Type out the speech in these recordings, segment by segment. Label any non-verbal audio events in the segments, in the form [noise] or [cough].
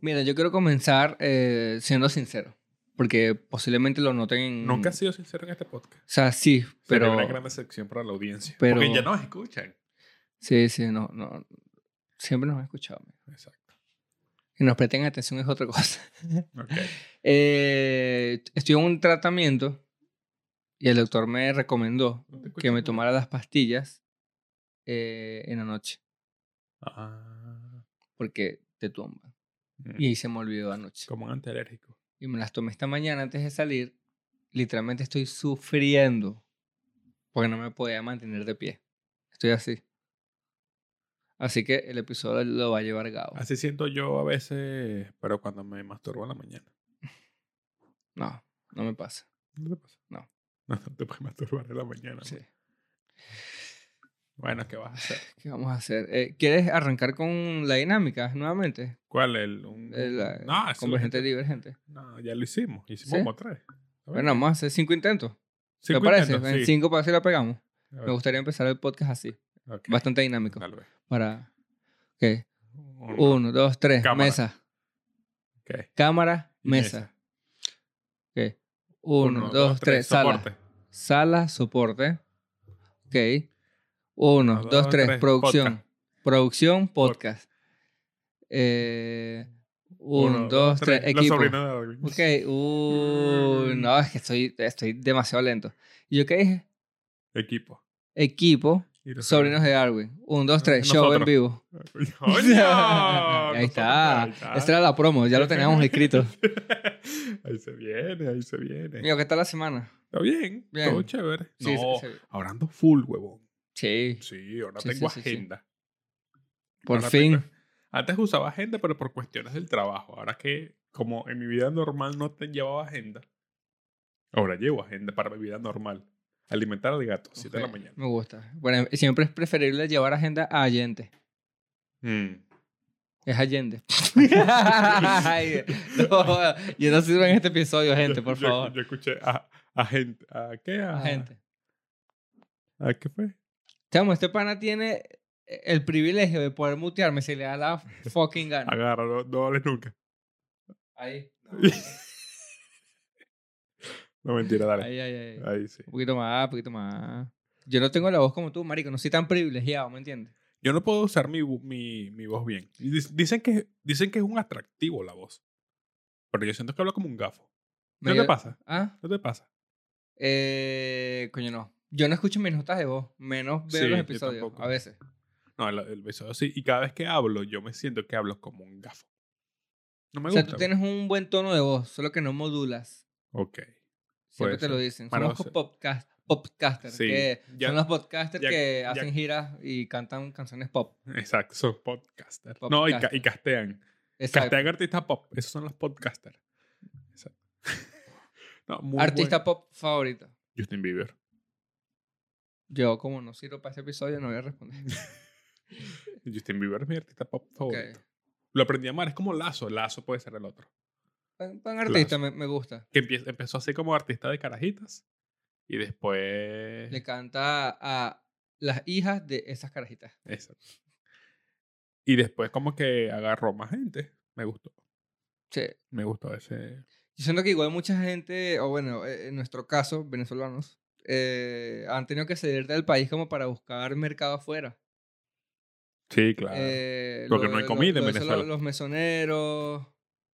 Mira, yo quiero comenzar eh, siendo sincero. Porque posiblemente lo noten en... Nunca has sido sincero en este podcast. O sea, sí, Pero... Mm. pero... una gran decepción para la audiencia. pero- Porque ya nos escuchan. Sí, sí, no, no. Siempre nos han escuchado. amigo. Exacto. Que nos presten atención es otra cosa. [laughs] Ok. Eh, estoy en un tratamiento y el doctor me recomendó No te escucho. que me tomara las pastillas eh, en la noche. Ah. Porque te tumban. Mm. Y ahí se me olvidó anoche. Como un antialérgico. Y me las tomé esta mañana antes de salir. Literalmente estoy sufriendo. Porque no me podía mantener de pie. Estoy así. Así que el episodio lo va a llevar Gabo. Así siento yo a veces, pero cuando me masturbo en la mañana. No, no me pasa. ¿No te pasa? No. [laughs] No, no te puedes masturbar en la mañana. Sí. güey. Bueno, ¿qué vas a hacer? ¿Qué vamos a hacer? Eh, ¿Quieres arrancar con la dinámica nuevamente? ¿Cuál? El, un, Eh, la- no, eso lo Convergente Ah, gente- divergente. No, ya lo hicimos. Hicimos ¿Sí? como tres. A ver, Bueno, vamos a hacer cinco intentos. ¿Te cinco parece? intentos, En sí. cinco para ver si la pegamos. A ver, Me gustaría empezar el podcast así. ok. Bastante dinámico. Dale, ve. Para. Ok. Uno, Uno, dos, tres. Cámara. Mesa. ok. Cámara, Y mesa. Ok. Uno, dos, tres. Sala. Soporte. Sala, soporte. Ok. Uno, dos, tres. Producción. Podcast. Producción, podcast. Eh, un, dos, tres. Los Equipo. sobrinos de Darwin. Ok. Uh, no, es que estoy, estoy demasiado lento. ¿Y yo qué dije? Equipo. Equipo, Y los sobrinos de Darwin. Un, dos, tres. Show en Nosotros. vivo. [laughs] ¡Coño! ahí está. Nosotros, ahí Esta era la promo. Ya lo teníamos [laughs] escrito. [laughs] ahí se viene, ahí se viene. Mío, ¿qué tal la semana? Está bien, Bien. todo chévere. Sí, no, Pues, sí, sí. ahora ando full, huevón. Sí, Sí, ahora Sí, tengo sí, sí, sí. agenda. por Ahora fin. tengo- Antes usaba agenda, pero por cuestiones del trabajo. Ahora que, como en mi vida normal no te llevaba agenda, ahora llevo agenda para mi vida normal. Alimentar al gato, 7 de la Ok, mañana. Me gusta. Bueno, siempre es preferible llevar agenda a Allende. Mm. Es [laughs] Allende. Ay, no, y no sirve en este episodio, gente, por [laughs] Yo- yo- favor. Yo, escuché a, a gente. ¿A qué? A, Gente. ¿A qué fue? Chamo, este pana tiene el privilegio de poder mutearme si le da la fucking gana. Agarra, no, no hables nunca. Ahí. [laughs] No, mentira, dale. Ahí, Ahí, ahí, ahí. sí. Un poquito más, un poquito más. Yo no tengo la voz como tú, marico. No soy tan privilegiado, ¿me entiendes? Yo no puedo usar mi, vo- mi, mi voz bien. Dic- Dicen que, dicen que es un atractivo la voz. Pero yo siento que hablo como un gafo. ¿No Medio- te pasa? ¿Ah? ¿No te pasa? Eh, coño, no. Yo no escucho mis notas de voz, menos veo Sí, los yo episodios, tampoco. a veces. No, el, el episodio sí. Y cada vez que hablo, yo me siento que hablo como un gafo. No me O sea, gusta. tú tienes un buen tono de voz, solo que no modulas. Ok. Siempre Puede te lo ser. dicen. Bueno, Somos o sea- podcast, podcasters. Sí, que ya- son los podcasters ya- que ya- hacen giras y cantan canciones pop. [laughs] Exacto, son podcasters. No, y, ca- y castean. Exacto. Castean artistas pop. Esos son los podcasters. Exacto. No, muy Artista bueno. pop favorito. Justin Bieber. Yo, como no sirvo para ese episodio, no voy a responder. Justin Bieber es mi artista pop [laughs] Ok. favorito. Lo aprendí a amar. Es como Lazo. Lazo puede ser el otro. Buen- buen artista, me, me gusta. Que empie- empezó así como artista de carajitas. Y después... Le canta a las hijas de esas carajitas. Exacto. Y después como que agarró más gente. Me gustó. Sí. Me gustó ese... Yo siento que igual mucha gente, o bueno, eh, en nuestro caso, venezolanos, eh, han tenido que salir del país como para buscar mercado afuera. Sí, claro. Eh, Porque lo- no hay lo- comida lo en de eso, lo- Venezuela. Los mesoneros.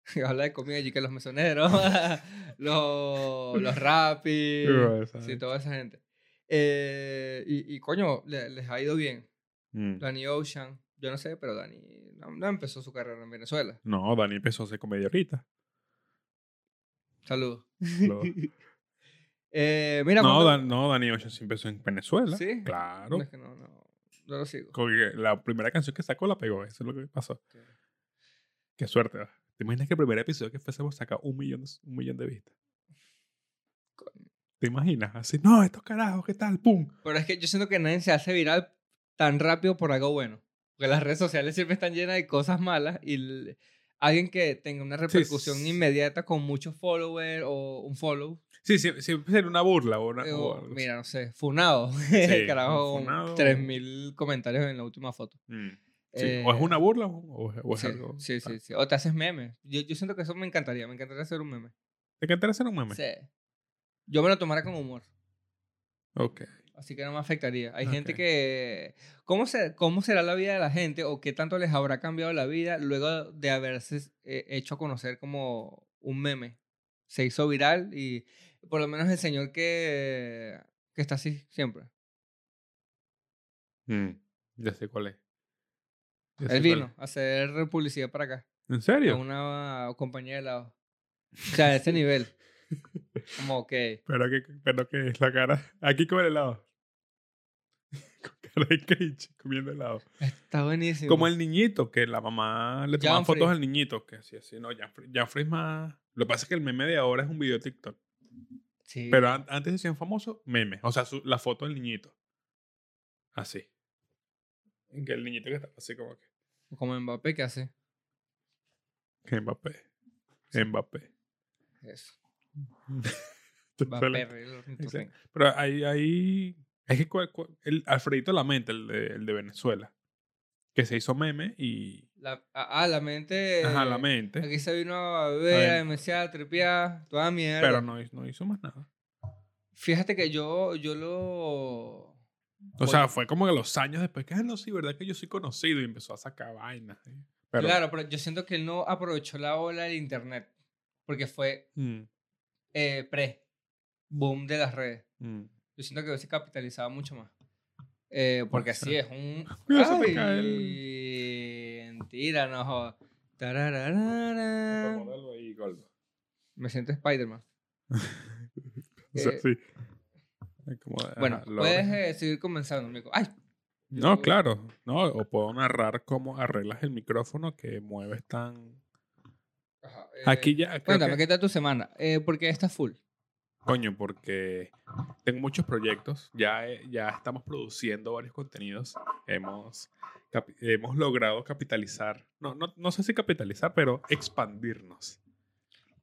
[laughs] Habla de comida allí que los mesoneros. [laughs] los, [laughs] los rapis. Bro, esa sí, gente. toda esa gente. Eh, y, y, coño, le- les ha ido bien. Mm. Danny Ocean, yo no sé, pero Danny no, no empezó su carrera en Venezuela. No, Dani empezó a hacer [laughs] comedia ahorita. [laughs] Salud. Lo- Eh, mira, no, cuando- Dan- no, Dani Ocean sí empezó en Venezuela. ¿Sí? Claro. No, es que no, no, no lo sigo. Como que la primera canción que sacó la pegó. Eso es lo que pasó. Ok. Qué suerte. ¿verdad? ¿Te imaginas que el primer episodio que fuésemos sacar un millón, de- un millón de vistas? Coño. ¿Te imaginas? Así, no, estos carajos, ¿qué tal? ¡Pum! Pero es que yo siento que nadie se hace viral tan rápido por algo bueno. Porque las redes sociales siempre están llenas de cosas malas y l- alguien que tenga una repercusión sí. inmediata con muchos followers o un follow. Sí, sí, siempre sería una burla o una... eh, o o, algo así. mira, no sé, funado. [laughs] un Carajo, funado. 3000 comentarios en la última foto. Mm. Sí, eh, o es una burla o es, o es sí, algo. sí, sí, tal. sí. O te haces memes. Yo, yo siento que eso me encantaría. Me encantaría hacer un meme. ¿Te encantaría hacer un meme? Sí. Yo me lo tomara con humor. Ok. Así que no me afectaría. Hay gente Ok. que... ¿cómo, se- ¿Cómo será la vida de la gente o qué tanto les habrá cambiado la vida luego de haberse eh, hecho a conocer como un meme? Se hizo viral y por lo menos el señor que, que está así siempre. Mm, ya sé cuál es. Ya sé Él cuál vino a hacer publicidad para acá. es. ¿En A serio? una compañía de helado. O sea, a [laughs] ese nivel. Como que... Pero que, pero que es la cara. [laughs] Aquí come el helado. Con cara de cringe, comiendo helado. Está buenísimo. Como el niñito, que la mamá le tomaba Janfrey. fotos al niñito. Que así, así, no, Janfrey, Janfrey es más. Lo que pasa es que el meme de ahora es un video de TikTok. Sí. Pero an- antes decían famoso meme. O sea, su- la foto del niñito. Así. Que el niñito que estaba así como que. Como Mbappé que hace que Mbappé. Mbappé. eso. Te Mbappé, sale- el ornitorrinco. Exacto. Pero ahí, ahí es que cual- cual- el Alfredito Lamenta, el de, el de Venezuela, que se hizo meme y... La- ah, ah, la mente. ajá, la mente. Lamente, Aquí se vino a A beber, ver. a demenciar, a tripear, toda mierda. pero no, hi- no hizo más nada. Fíjate que yo, yo lo. O sea, fue como que los años después que, ah, no, sí, verdad que yo soy conocido y empezó a sacar vainas. ¿eh? Pero, Claro, pero yo siento que él no aprovechó la ola del internet. Porque fue mm, eh, pre-boom de las redes. mm. Yo siento que se capitalizaba mucho más. Eh, porque Puede así ser. es [laughs] un. Cuidado, se me cae Ay, mentira, no jodas. Tarararara. Me siento Spider-Man. [laughs] O sea, Eh, sí. Es como, ajá, Bueno, lo- puedes eh, seguir comenzando, amigo. Ay, No, yo- claro. No, o puedo narrar cómo arreglas el micrófono que mueves tan... Ajá, Aquí eh, ya... creo Cuéntame, que- ¿qué tal tu semana? Eh, porque está full. Coño, porque tengo muchos proyectos. Ya, eh, ya estamos produciendo varios contenidos. Hemos, capi- hemos logrado capitalizar. No, no, no sé si capitalizar, pero expandirnos,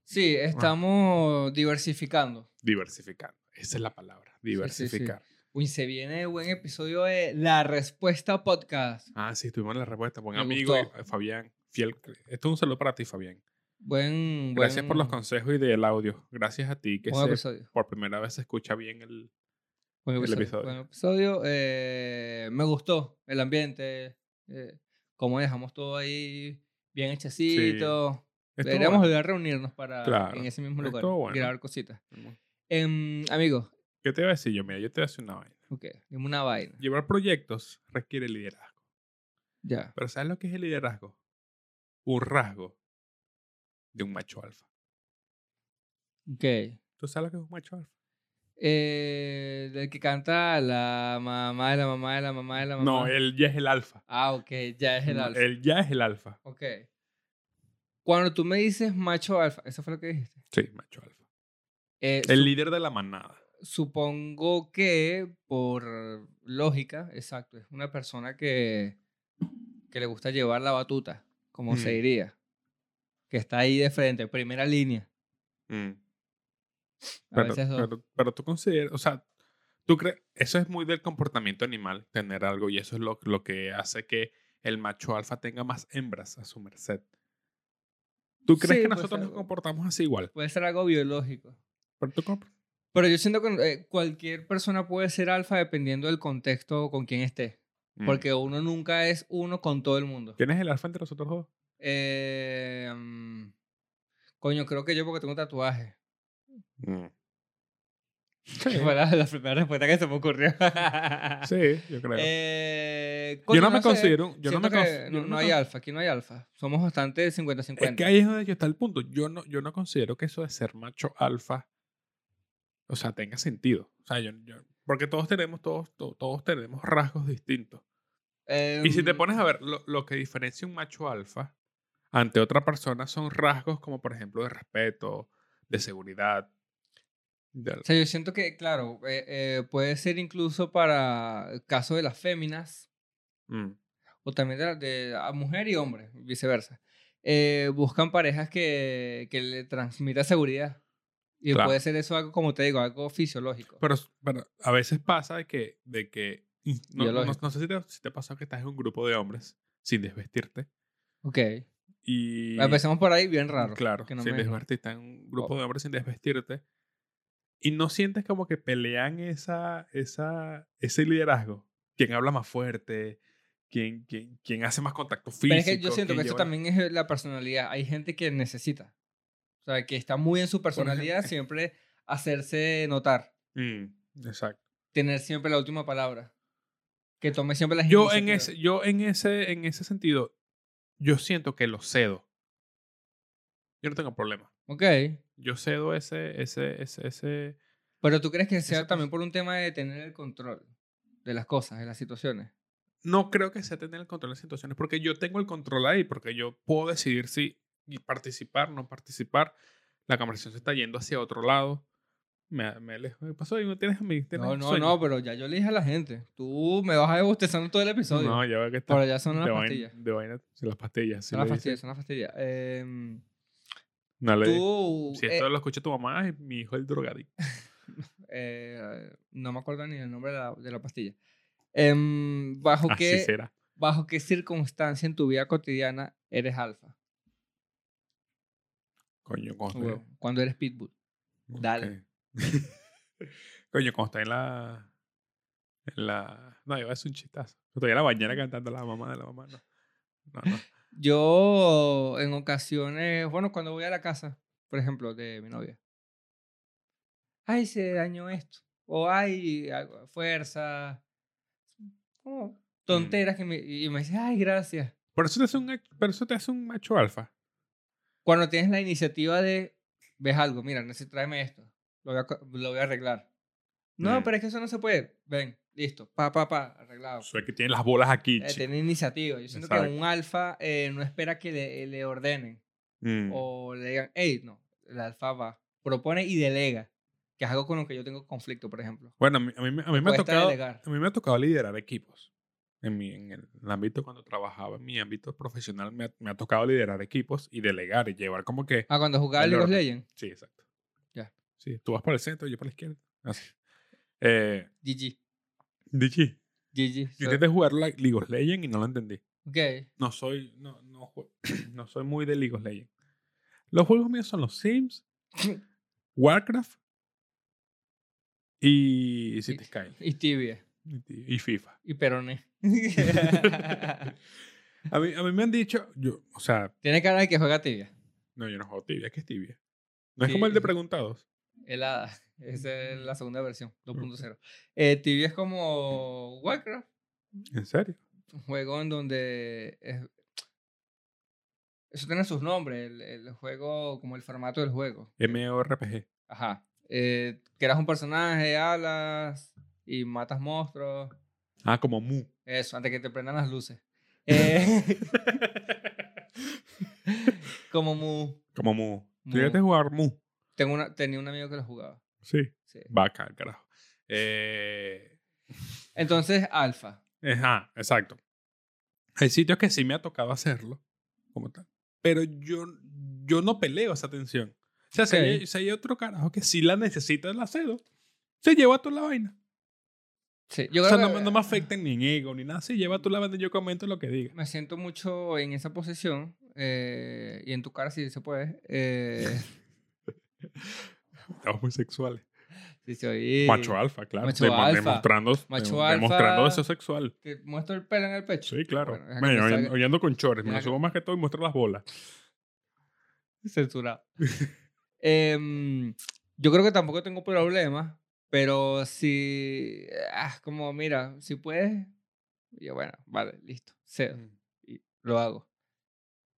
Sí, Ah. estamos diversificando. diversificar. Esa es la palabra, diversificar. Uy, se viene buen episodio de La Respuesta Podcast. Ah, sí, estuvimos en la respuesta. Buen Me amigo, gustó. eh, Fabián. Fiel. Esto es un saludo para ti, Fabián. Buen, Gracias por los buen- consejos y del audio. Gracias a ti que Buen se- episodio. por primera vez se escucha bien el... Buen el episodio. episodio. buen episodio. Eh, me gustó el ambiente. eh, cómo dejamos todo ahí bien hechecito. Estuvo Deberíamos bueno. volver a reunirnos para Claro, en ese mismo lugar estuvo bueno. grabar cositas. Em, amigo, ¿Qué te iba a decir yo? Mira, yo te voy a decir una vaina. ok, dime una vaina. Llevar proyectos requiere liderazgo. Ya. Pero ¿sabes lo que es el liderazgo? Un rasgo de un macho alfa. Ok. ¿Tú sabes lo que es un macho alfa? Eh, del que canta la mamá de la mamá de la mamá de la mamá. No, él ya es el alfa. Mm, Ah, ok, ya es el alfa. Él ya es el alfa. Ok. Cuando tú me dices macho alfa, eso fue lo que dijiste. Sí, macho alfa. Eh, El sup- líder de la manada. Supongo que por lógica, exacto, es una persona que, que le gusta llevar la batuta, como se Mm. diría. Que está ahí de frente, primera línea. Mm. A Pero, veces dos. pero- pero tú consideras, o sea, tú crees, eso es muy del comportamiento animal, tener algo, y eso es lo, lo que hace que el macho alfa tenga más hembras a su merced. ¿Tú crees Sí, que puede nosotros ser. nos comportamos así igual? Puede ser algo biológico. Pero tú comp- Pero yo siento que eh, cualquier persona puede ser alfa dependiendo del contexto con quien esté. Mm. Porque uno nunca es uno con todo el mundo. ¿Quién es el alfa entre nosotros dos? Eh, mm, coño, creo que yo porque tengo [laughs] tatuaje. [laughs] Fue la, la primera respuesta que se me ocurrió. [laughs] Sí, yo creo. Eh, yo coño, no me sé. considero. Yo no Siento me que cons- yo no, me no hay cons- alfa, aquí no hay alfa. Somos bastante 50-50. Es que ahí es donde está el punto. Yo no, yo no considero que eso de ser macho alfa, o sea, tenga sentido. O sea, yo, yo- porque todos tenemos, todos, to- todos tenemos rasgos distintos. Y si te Em, pones a ver, lo, lo que diferencia un macho alfa ante otra persona son rasgos como, por ejemplo, de respeto, de seguridad. de- O sea, yo siento que, claro, eh, eh, puede ser incluso para el caso de las féminas. Mm, o también de, la- de a mujer y hombre, viceversa, eh, buscan parejas que, que le transmita seguridad. Y Claro. puede ser eso algo, como te digo, algo fisiológico. Pero, pero a veces pasa de que, de que no, no- Biológico. no sé si te, si te pasa que estás en un grupo de hombres sin desvestirte. Ok. Y Empezamos por ahí, bien raro. Claro, que no sin me- desvestirte. Está en un grupo de hombres sin desvestirte. Y no sientes como que pelean esa, esa, ese liderazgo. ¿Quién habla más fuerte? ¿Quién, quién, quién hace más contacto físico? Pero es que yo siento ¿Quién que eso lleva- también es la personalidad. Hay gente que necesita. O sea, que está muy en su personalidad [laughs] siempre hacerse notar. Mm, exacto. Tener siempre la última palabra. Que tome siempre las Yo en, iniciativas. ese, yo en ese, en ese sentido, yo siento que lo cedo. Yo no tengo problema. Ok. Yo cedo ese, ese, ese, ese. Pero tú crees que sea pasa. también por un tema de tener el control de las cosas, de las situaciones. No creo que sea tener el control de las situaciones, porque yo tengo el control ahí, porque yo puedo decidir si y participar, no participar. La conversación se está yendo hacia otro lado. Me, me alejo. ¿Qué pasó? ¿Y no tienes, ami- tienes No, no, sueño? no, pues, pero ya yo le dije a la gente. Tú me vas a ir bostezando todo el episodio. No, ya veo que Pero está. ya son las de vaina- pastillas. de vaina- sí, las pastillas. sí Son las le dice. pastillas, son las pastillas. Em, No le dice. tú. Si eh, esto lo escucha tu mamá, ay, mi hijo es el drogadicto. eh, no me acuerdo ni el nombre de la, de la pastilla. Em, ¿bajo, Así qué, será. ¿Bajo qué circunstancia en tu vida cotidiana eres alfa? Coño, cuando Huevo, Cuando eres pitbull. Dale. Ok. [laughs] Coño, cuando está en la. En la. No, yo es un chistazo. Yo estoy en la bañera cantando la mamá de la mamá. No, no. no. Yo, en ocasiones, bueno, cuando voy a la casa, por ejemplo, de mi novia, ay, se dañó esto, o ay, algo- fuerza, Mm. como tonteras que me, y me dice, ay, gracias. Por, eso te hace un, ac- por eso te hace un macho alfa. Cuando tienes la iniciativa de, ves algo, mira, necesito tráeme esto, lo voy a, co- lo voy a arreglar. No, Mm. pero es que eso no se puede. Ven, listo, pa, pa, pa, arreglado. Eso es que tiene las bolas aquí. Ah, Eh, chico. tener iniciativa. Yo siento que Exacto. un alfa eh, no espera que le- le ordenen. Mm. o le digan, hey, no, el alfa va, propone y delega, que es algo con lo que yo tengo conflicto, por ejemplo. Bueno, a mí, a mí me- a mí me ha cuesta tocado. delegar. A mí me ha tocado liderar equipos. En, mi, en el, en el ámbito cuando trabajaba, en mi ámbito profesional, me ha, me ha tocado liderar equipos y delegar y llevar como que. Ah, cuando jugaba El League of orden. Legends, Sí, exacto. Ya. Sí, tú vas por el centro, yo por la izquierda. Así. Eh, GG, DG, GG. Yo so- intenté jugar la League of Legends y no lo entendí. ok, No soy, no, no, jue- [clears throat] no soy muy de League of Legends. Los juegos míos son los Sims, Warcraft y City Sky y tibia, y FIFA. y [laughs] peroné. [laughs] A mí, a mí me han dicho, yo, o sea, Tiene cara de que juega tibia. no, yo no juego tibia, que es tibia. No es Sí, como el de sí. preguntados. El hada. Esa es Mm. la segunda versión, 2.0. Eh, tibia es como Warcraft, ¿En serio? un juego en donde... es- Eso tiene sus nombres, el- el juego, como el formato del juego. MORPG. Ajá. Eh, que eras un personaje, hablas y matas monstruos. Ah, como Mu. Eso, antes que te prendan las [laughs] luces. Eh, [laughs] como mu. Como Mu. Tú Mu. llegaste a jugar Mu. Tengo una, tenía un amigo que lo jugaba. Sí. Sí. Vaca, carajo. Eh, Entonces, alfa. ajá, exacto. Hay sitios que sí me ha tocado hacerlo, como tal. Pero yo, yo no peleo esa tensión. O sea, si, Ok. hay, si hay otro carajo que sí la necesita, la cedo. Se lleva tú la vaina. Sí, yo o sea, creo no, que- me- no me afecten ni en ego ni nada. Sí, lleva tú la vaina y yo comento lo que diga. Me siento mucho en esa posición eh, y en tu cara si se puede. [laughs] eh, Estamos muy sexuales. si soy- Macho ah. alfa, claro. Macho Demo- alfa. Demostrando, Macho dem- alfa. demostrando deseo sexual. Te muestro el pelo en el pecho. Sí, claro. Bueno, deja que Bueno, me hoy, salga. hoy ando con chores. Me Deja lo que- subo más que todo y muestro las bolas. Censurado. Em, yo creo que tampoco tengo problemas, pero si. ah, como, mira, si puedes. Yo, bueno, vale, listo. Cedo. Y lo hago.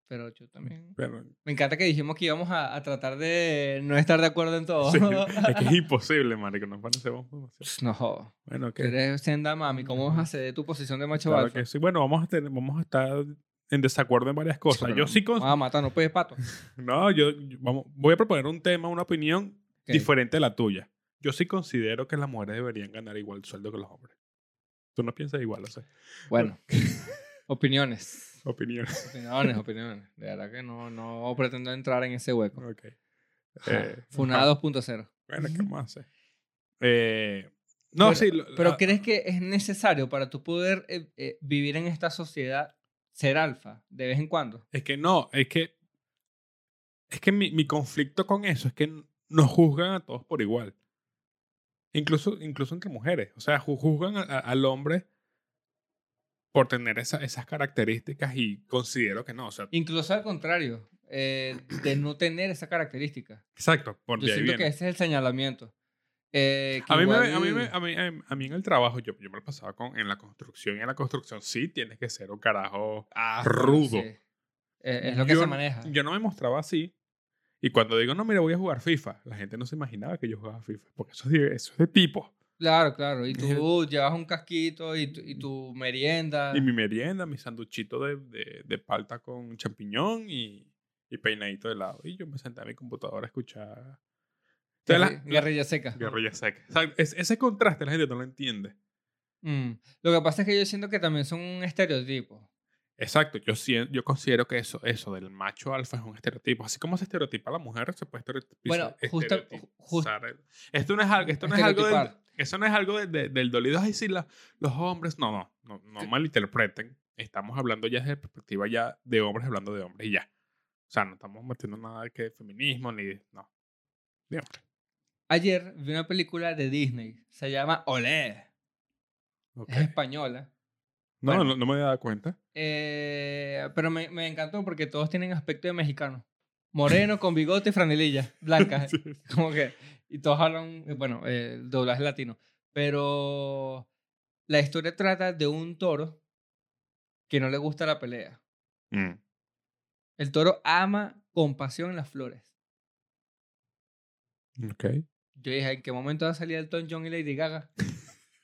Pero Mm. yo también. Pero- Me encanta que dijimos que íbamos a, a tratar de no estar de acuerdo en todo. Sí, es [laughs] que es imposible, marico. Nos parecemos demasiado. no, joda. Bueno, Tú que, eres senda mami. ¿Cómo vas a ceder tu posición de macho claro alfa? que sí. Bueno, vamos a, tener, vamos a estar en desacuerdo en varias cosas. Pero Yo sí con... Vamos a matar, no puedes pato. No, yo, yo- vamos, voy a proponer un tema, una opinión Ok. diferente a la tuya. Yo sí considero que las mujeres deberían ganar igual sueldo que los hombres. Tú no piensas igual, o sea, [laughs] Bueno, opiniones. [laughs] opinión. Opiniones, opiniones. De verdad que no, no pretendo entrar en ese hueco. Ok. Eh, ah, Ajá. Funada 2.0. [laughs] Bueno, ¿qué vamos a hacer? Eh, no, Bueno, sí. lo- Pero ah, ¿crees que es necesario para tú poder eh, eh, vivir en esta sociedad ser alfa de vez en cuando. Es que no, es que. Es que mi, mi conflicto con eso es que n- nos juzgan a todos por igual. Incluso, incluso entre mujeres. O sea, ju- juzgan a- a- al hombre por tener esa- esas características y considero que no. O sea, Incluso al contrario, eh, de no tener esa característica. exacto. Por Yo de ahí siento que viene. ese es el señalamiento. Eh, que A mí, me, igual- a, mí me- ah, a, mí, a mí- a mí en el trabajo, yo, yo me lo pasaba con, en la construcción. Y en la construcción sí tienes que ser un carajo. Ah, bueno, rudo. sí. Eh, es lo que Yo- se maneja. Yo no me mostraba así. Y cuando digo, no, mira, voy a jugar FIFA, la gente no se imaginaba que yo jugaba FIFA. Porque eso es de, eso es de tipo. Claro, claro. Y Yo- tú llevas un casquito y tu, y tu merienda. Y mi merienda, mi sanduchito de, de, de palta con champiñón y, y peinadito de lado. Y yo me senté a mi computadora a escuchar. guerri- Entonces, la- guerrilla seca. la- guerrilla seca. O sea, es- ese contraste la gente no lo entiende. Mm. Lo que pasa es que yo siento que también son un estereotipo. Exacto, yo, sien- yo considero que eso, eso del macho alfa es un estereotipo. Así como se estereotipa a la mujer, se puede estereotipizar. Bueno, justo- justo- estereotipizar el- Esto no es, al- esto no es algo, del, Estereotipar. eso no es algo de- de- del dolido. Ay, sí, la- los hombres. No, no, no, no malinterpreten. Estamos hablando ya desde perspectiva ya de hombres hablando de hombres y ya. O sea, no estamos metiendo nada de que de feminismo ni. de- No. De hombre. Ayer vi una película de Disney. Se llama Olé. Ok. Es española. No, bueno. no, no me había dado cuenta. Eh, pero me, me encantó porque todos tienen aspecto de mexicano. Moreno, con bigote y franelilla blanca. [laughs] Sí. [laughs] Como que. Y todos hablan, eh, bueno, eh, el doblaje latino. Pero la historia trata de un toro que no le gusta la pelea. Mm. El toro ama con pasión las flores. Ok. Yo dije, ¿en qué momento va a salir Elton John y Lady Gaga?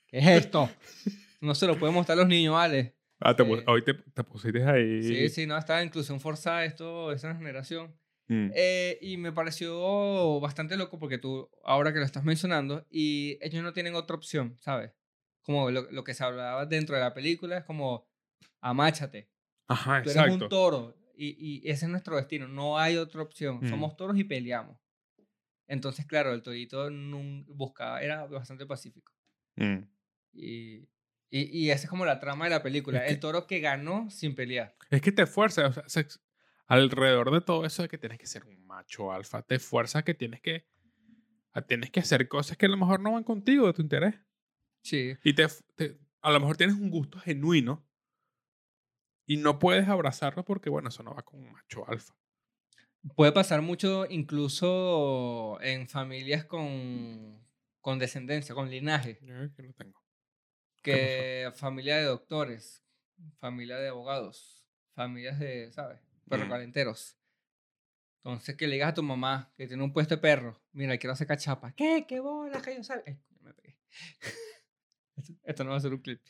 ¿Qué es esto? No se lo pueden mostrar a los niños, Ale. Ah, te pu- Eh, hoy te, te pusiste ahí. Sí, sí, no, está inclusión forzada, esto, es una generación. Mm. Eh, y me pareció bastante loco porque tú, ahora que lo estás mencionando, y ellos no tienen otra opción, ¿sabes? Como lo, lo que se hablaba dentro de la película es como, amáchate, Ajá, tú exacto. eres un toro y, y ese es nuestro destino, no hay otra opción, Mm. somos toros y peleamos. Entonces, claro, el torito nun- buscaba, era bastante pacífico. Mm. Y, y, y esa es como la trama de la película, Es que- el toro que ganó sin pelear. Es que te fuerza, o sea, sex- alrededor de todo eso de que tienes que ser un macho alfa, te fuerza que tienes que a- tienes que hacer cosas que a lo mejor no van contigo de tu interés Sí, y te, te- a lo mejor tienes un gusto genuino y no puedes abrazarlo porque bueno, eso no va con un macho alfa. Puede pasar mucho incluso en familias con, con descendencia, con linaje, Yo creo que lo tengo. que familia de doctores, familia de abogados, familias de, ¿sabes? Perrocalenteros. Entonces, que le digas a tu mamá que tiene un puesto de perro, mira, quiero hacer cachapa. ¿Qué? ¿Qué bola? ¿Qué yo sabía? Ay, coño, me pegué. [laughs] esto, esto no va a ser un clip.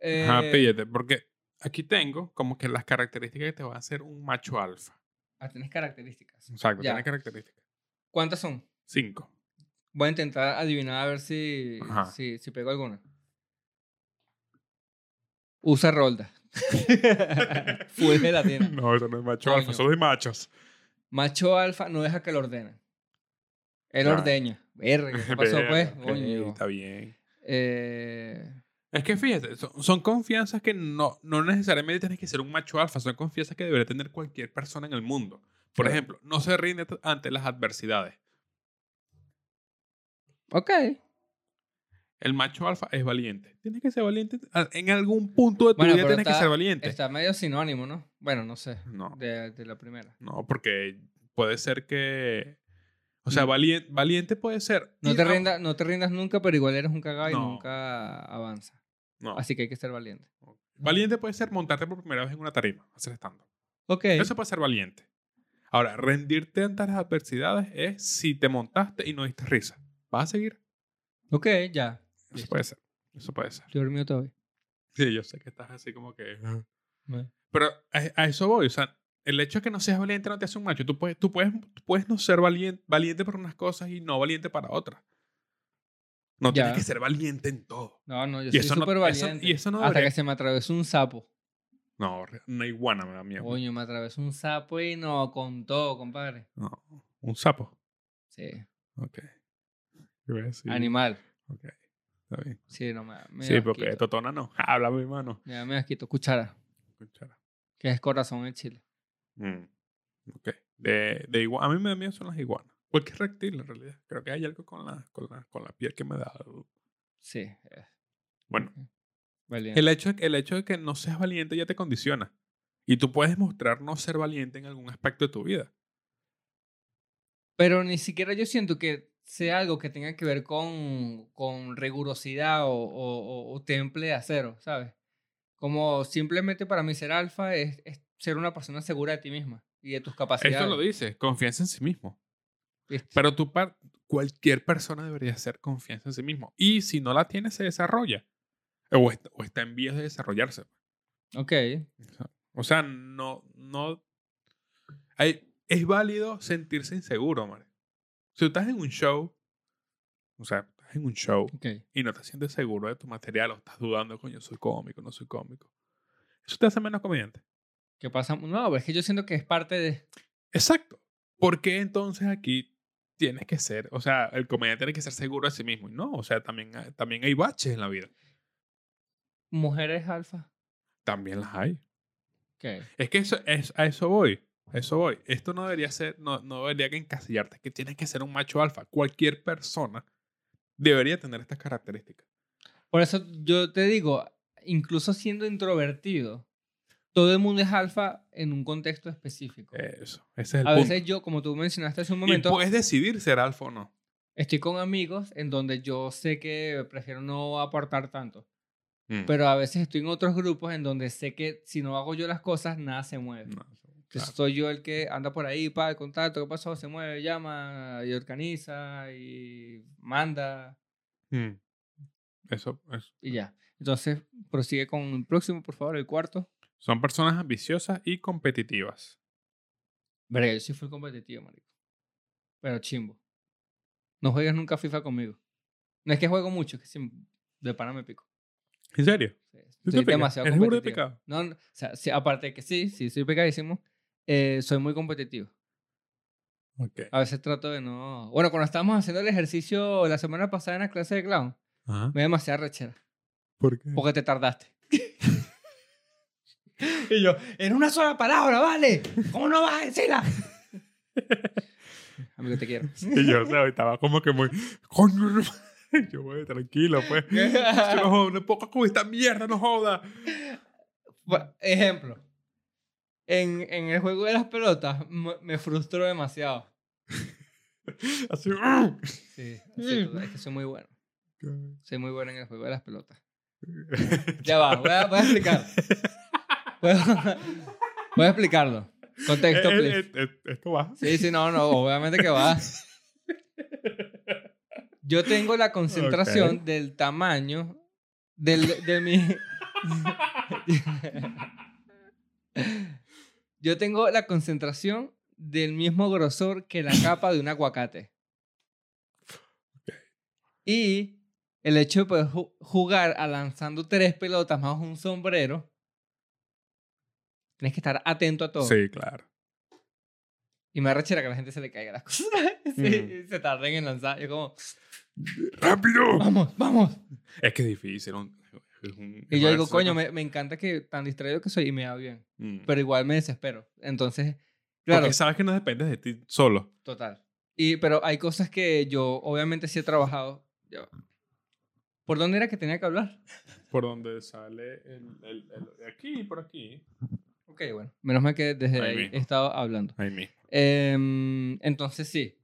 Ajá, Eh, píllate, porque aquí tengo como que las características que te van a hacer un macho alfa. ah, tienes características. Exacto, Ya. tiene características. ¿Cuántas son? Cinco. Voy a intentar adivinar a ver si, Ajá. si, si pego alguna. Usa [laughs] rolda. [laughs] Full gelatina. no, eso no es macho alfa, Coño. eso es de machos. Macho alfa no deja que lo ordenen. Él Ya. ordeña. [laughs] Verga, ¿qué pasó pues? Verga, ok, Coño. Está bien. Eh, Es que fíjate, son, son confianzas que no, no necesariamente tienes que ser un macho alfa, son confianzas que debería tener cualquier persona en el mundo. Por Claro. ejemplo, no se rinde t- ante las adversidades. ok. El macho alfa es valiente. Tienes que ser valiente. a- En algún punto de tu Bueno, vida pero tienes que está- ser valiente. Está medio sinónimo, ¿no? Bueno, no sé. No, De, de la primera. no, porque puede ser que... O sea, Mm. valiente, valiente puede ser... No ir te, a- rindas, no te rindas nunca, pero igual eres un cagado y ah, No. nunca avanza. no. Así que hay que ser valiente. Valiente puede ser montarte por primera vez en una tarima, hacer stand Ok. Eso puede ser valiente. Ahora, rendirte ante las adversidades es si te montaste y no diste risa. ¿Vas a seguir? Ok, ya. Eso puede ser. Eso puede ser. Yo dormido todavía. Sí, yo sé que estás así como que... Bueno. Pero a, a eso voy. O sea, el hecho de que no seas valiente no te hace un macho. Tú puedes, tú puedes, tú puedes no ser valiente, valiente para unas cosas y no valiente para otras. No Ya. tienes que ser valiente en todo. No, no, yo Y soy eso no- súper eso- y valiente. eso no Hasta debería- que se me atravesó un sapo. No, re- una iguana me da miedo. Coño, me atravesó un sapo y no con todo, compadre. No, un sapo. Sí. Ok. Yo voy a decir- Animal. Ok. Está bien. Sí, no me, me Sí, da porque [laughs] asquito. Totona no. Habla mi mano. Me da me da asquito. Cuchara. que es corazón en Chile. Mm, ok. De, de igua- a mí me da miedo son las iguanas. Cualquier reptil, en realidad. Creo que hay algo con la, con la, con la piel que me da. algo. Sí. eh, Bueno, valiente. el hecho, de que- el hecho de que no seas valiente ya te condiciona. Y tú puedes mostrar no ser valiente en algún aspecto de tu vida. Pero ni siquiera yo siento que sea algo que tenga que ver con, con rigurosidad o, o- o- o temple de acero, ¿sabes? Como simplemente para mí ser alfa es, es ser una persona segura de ti misma y de tus capacidades. Esto lo dice, confianza en sí mismo. ¿viste? Pero tu par- cualquier persona debería hacer confianza en sí mismo. Y si no la tiene, se desarrolla. O est- o está en vías de desarrollarse. Ok, O sea, no, no. hay- es válido sentirse inseguro, man. Si tú estás en un show, o sea, estás en un show ok. y no te sientes seguro de tu material o estás dudando, coño, soy cómico, no soy cómico. Eso te hace menos comediante. ¿Qué pasa? No, es que yo siento que es parte de... Exacto. ¿Por qué entonces aquí tienes que ser, o sea, el comediante tiene que ser seguro de sí mismo? Y No, o sea, también, hay- también hay baches en la vida. Mujeres alfa. También las hay. Ok. Es que eso, es, a eso voy. A eso voy. Esto no debería ser, no, no debería que encasillarte, que tienes que ser un macho alfa. Cualquier persona debería tener estas características. Por eso yo te digo, incluso siendo introvertido, todo el mundo es alfa en un contexto específico. Eso. Ese es el A punto. veces yo, como tú mencionaste hace un y pues momento, puedes decidir ser alfa o no. estoy con amigos en donde yo sé que prefiero no aportar tanto, Mm. pero a veces estoy en otros grupos en donde sé que si no hago yo las cosas, nada se mueve. No, Entonces claro. soy yo el que anda por ahí, para el contacto, ¿qué pasó? Se mueve, llama y organiza y manda Mm. Eso, eso. y ya. Entonces prosigue con el próximo, por favor, el cuarto. Son personas ambiciosas y competitivas. Verga, yo sí fui competitivo, marico. Pero chimbo. No juegues nunca FIFA conmigo. No es que juego mucho, es que sí, de pana me pico. ¿En serio? Sí, te soy picas? demasiado ¿Eres burda de competitivo. picado? No, no, o sea, sí, aparte de que sí, sí, soy pecadísimo, eh, soy muy competitivo. Ok. A veces trato de no... Bueno, cuando estábamos haciendo el ejercicio la semana pasada en la clase de clown, Ajá. me dio demasiada rechera. ¿Por qué? Porque te tardaste. y yo, en una sola palabra, ¿vale? ¿Cómo no vas a decirla? [laughs] Amigo, te quiero. Y yo, o sea, estaba como que muy. Coño, [laughs] yo, güey, tranquilo, [laughs] pues. Yo no jodas, no poco con esta mierda, no joda. Por ejemplo, en, en el juego de las pelotas me, me frustró demasiado. Así. Sí, así, tú- es que soy muy bueno. Soy muy bueno en el juego de las [laughs] pelotas. Ya ya va, voy a, voy a [laughs] explicar. Voy a, voy a explicarlo. Contexto, Eh, please. esto va. Sí, sí, no, no, obviamente que va. Yo tengo la concentración del tamaño del, de mi... Yo tengo la concentración del mismo grosor que la capa de un aguacate. Y el hecho de poder ju- jugar a lanzando tres pelotas más un sombrero, tienes que estar atento a todo. Sí, claro. Y me arrechera que a la gente se le caiga las [laughs] cosas. sí, Ujú. y se tarden en lanzar. Yo como, ¡Rápido! vamos, vamos. Es que es difícil. un- es un- Y yo digo, es- coño, me, me encanta que tan distraído que soy y me va bien. Mm. Pero igual me desespero. Entonces, Porque claro, sabes que no dependes de ti solo. total. Y, pero hay cosas que yo obviamente sí he trabajado. Yo- ¿Por dónde era que tenía que hablar? Por donde sale el, el- el- Aquí, por aquí. Ok, bueno. Menos mal que desde Ahí ahí mismo. he estado hablando. Ahí mismo. Em, entonces sí,